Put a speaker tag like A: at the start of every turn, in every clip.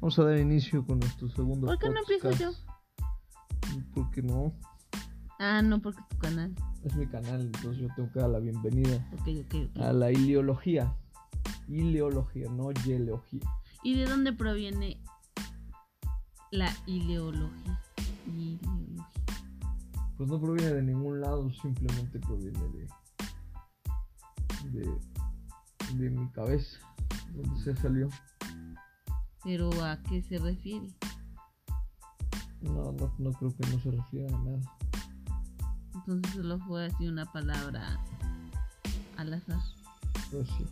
A: Vamos a dar inicio con nuestro segundo
B: ¿Por qué no empiezo
A: podcast.
B: yo?
A: ¿Por qué no?
B: Ah, no, porque tu canal.
A: Es mi canal, entonces yo tengo que dar la bienvenida
B: Ok, ok, ok.
A: a la ileología. Ileología, no yeleología.
B: ¿Y de dónde proviene la ideología? Ideología.
A: Pues no proviene de ningún lado, simplemente proviene de. de. de mi cabeza, donde se salió.
B: Pero ¿a qué se refiere?
A: No, no, no creo que no se refiera a nada.
B: Entonces solo fue así una palabra al azar.
A: Pues sí.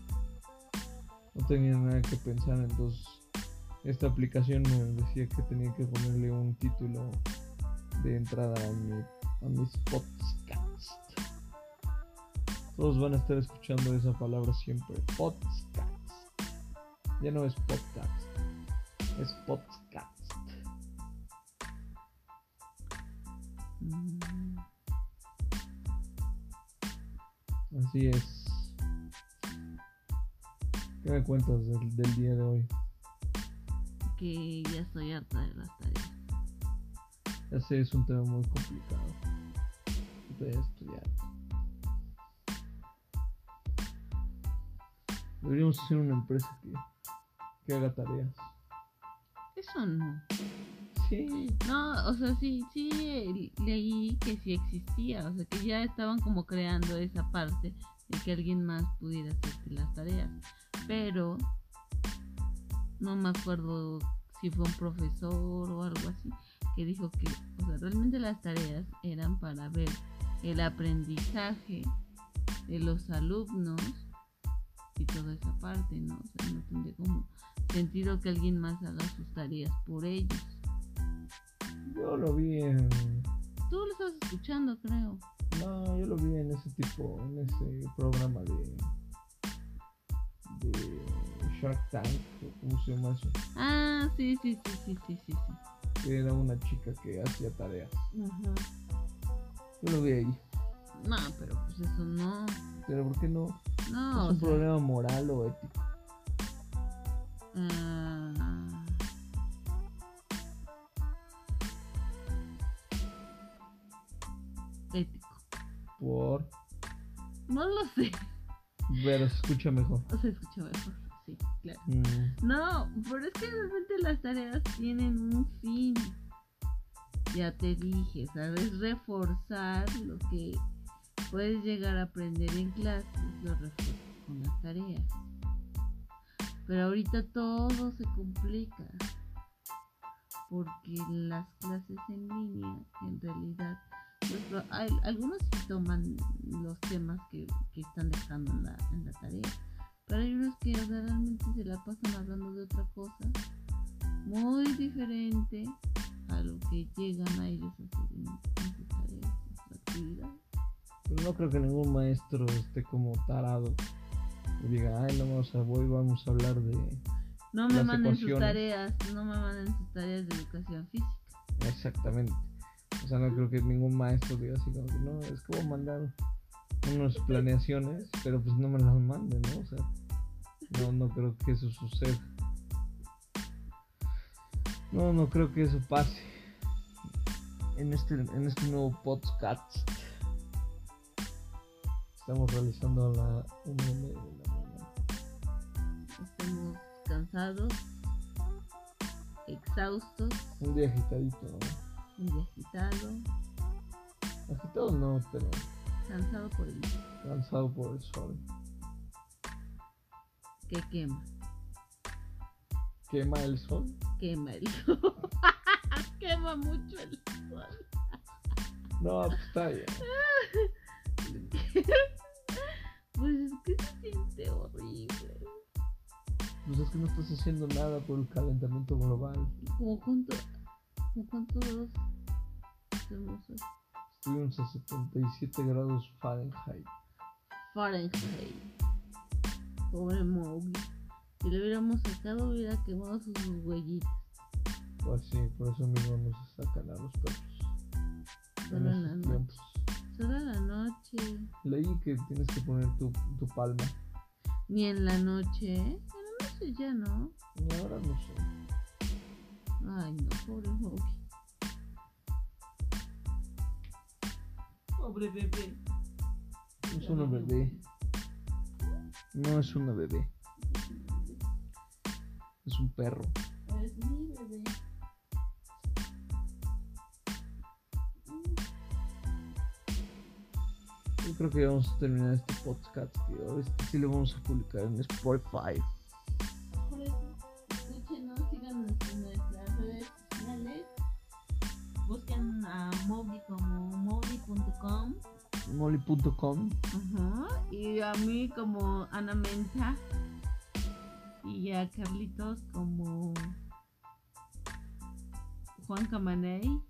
A: No tenía nada que pensar, entonces esta aplicación me decía que tenía que ponerle un título de entrada a, mi, a mis podcasts. Todos van a estar escuchando esa palabra siempre. Podcast. Ya no es podcast. Es podcast.
B: Mm,
A: Así es. ¿Qué me cuentas del, del día de hoy?
B: Que ya estoy harta de las tareas.
A: Ese es un tema muy complicado de estudiar. Deberíamos hacer una empresa que, que haga tareas.
B: Eso no.
A: Sí.
B: No, o sea, sí, sí, leí que sí existía. O sea, que ya estaban como creando esa parte de que alguien más pudiera hacerte las tareas. Pero no me acuerdo si fue un profesor o algo así que dijo que, o sea, realmente las tareas eran para ver el aprendizaje de los alumnos y toda esa parte, ¿no? O sea, no tendría como sentido que alguien más haga sus tareas por ellos.
A: Yo lo vi en.
B: Tú lo estás escuchando, creo.
A: No, yo lo vi en ese tipo, en ese programa de. de Shark Tank, o ¿cómo se llama eso?
B: Ah, sí, sí, sí, sí, sí, sí. sí.
A: Que era una chica que hacía tareas. Yo lo vi ahí.
B: No, pero pues eso no.
A: Pero ¿por qué no?
B: No,
A: es
B: o
A: un
B: sea,
A: problema moral o ético.
B: ah, Ético.
A: Por.
B: No lo sé.
A: Pero se escucha mejor.
B: O sea, escucha mejor. Sí, claro.
A: Mm.
B: No, pero es que realmente las tareas tienen un fin. Ya te dije, ¿sabes? Reforzar lo que puedes llegar a aprender en clases, lo refuerzas con las tareas. Pero ahorita todo se complica. Porque las clases en línea, en realidad, pues, lo- hay- algunos sí toman los temas que, que están dejando en la- en la tarea. Pero hay unos que o sea, realmente se la pasan hablando de otra cosa muy diferente a lo que llegan a ellos a hacer en, en sus tareas, en sus actividades.
A: Pero no creo que ningún maestro esté como tarado y diga, ay, no vamos a, voy, vamos a hablar de.
B: No me
A: Las
B: manden sus
A: ecuaciones.
B: tareas, no me manden sus tareas de educación física.
A: Exactamente. O sea, no creo que ningún maestro diga así como que, no, es que voy a mandar unas planeaciones, pero pues no me las manden, ¿no? O sea, no, no creo que eso suceda. No, no creo que eso pase. En este, en este nuevo podcast estamos realizando a la una y media de la mañana.
B: Estamos cansados, exhaustos,
A: Un día agitadito, ¿no?
B: muy agitado,
A: Agitado no, pero
B: cansado por el
A: cansado por el sol.
B: que quema,
A: ¿Quema el sol?
B: quema el sol. quema mucho el sol.
A: No, pues está bien.
B: Pues es que se siente horrible.
A: Pues es que no estás haciendo nada por el calentamiento global.
B: Como cuánto, como cuántos hermosos
A: Estuvimos a 77 grados Fahrenheit.
B: Fahrenheit. Pobre Mowgli. Si lo hubiéramos sacado hubiera quemado sus huellitas.
A: O así, Pues por eso mismo no se sacan a los perros. En
B: Solo en
A: esos
B: la noche.
A: tiempos.
B: Solo en la noche.
A: Leí que tienes que poner tu, tu palma.
B: Ni en la ¿eh? noche. En la noche ya no.
A: Y ahora no sé.
B: Ay, no, pobre Moby. Pobre bebé.
A: Es una bebé. No es una bebé. Es un perro.
B: Es mi bebé.
A: Yo creo que vamos a terminar este podcast, tío. Este sí lo vamos a publicar en Spotify.
B: Por eso, escúchenos, síganos en nuestras redes sociales. Busquen a Moby como moby.com.
A: Molly.com.
B: Ajá, Y a mí como Ana Menta. Y a Carlitos como Juan Camaney.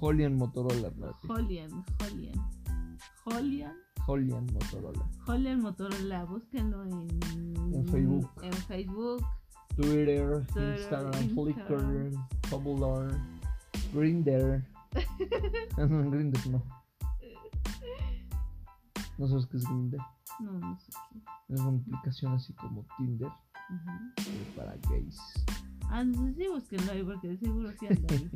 A: Holian Motorola, Martín.
B: Holian, Holian. Holian.
A: Holian Motorola.
B: Holian Motorola, búsquenlo en,
A: En Facebook.
B: En Facebook.
A: Twitter,
B: Twitter,
A: Instagram,
B: Instagram.
A: Flickr, Tumblr, Grindr. Ah, no, en Grindr no. No sabes qué es Grindr.
B: No, no sé qué.
A: Es una aplicación así como Tinder,
B: Ajá.
A: pero para gays.
B: Ah, no sé si búsquenlo ahí porque de seguro sí anda ahí.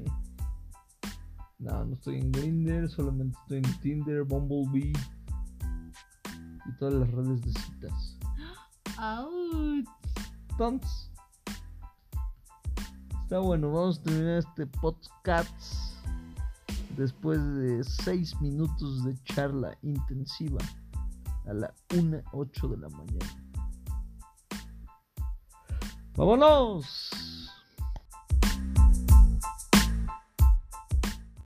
A: no, no estoy en Grindr, solamente estoy en Tinder, Bumblebee y todas las redes de citas.
B: Ouch.
A: Entonces, está bueno, vamos a terminar este podcast después de 6 minutos de charla intensiva a la 1.08 de la mañana. ¡Vámonos!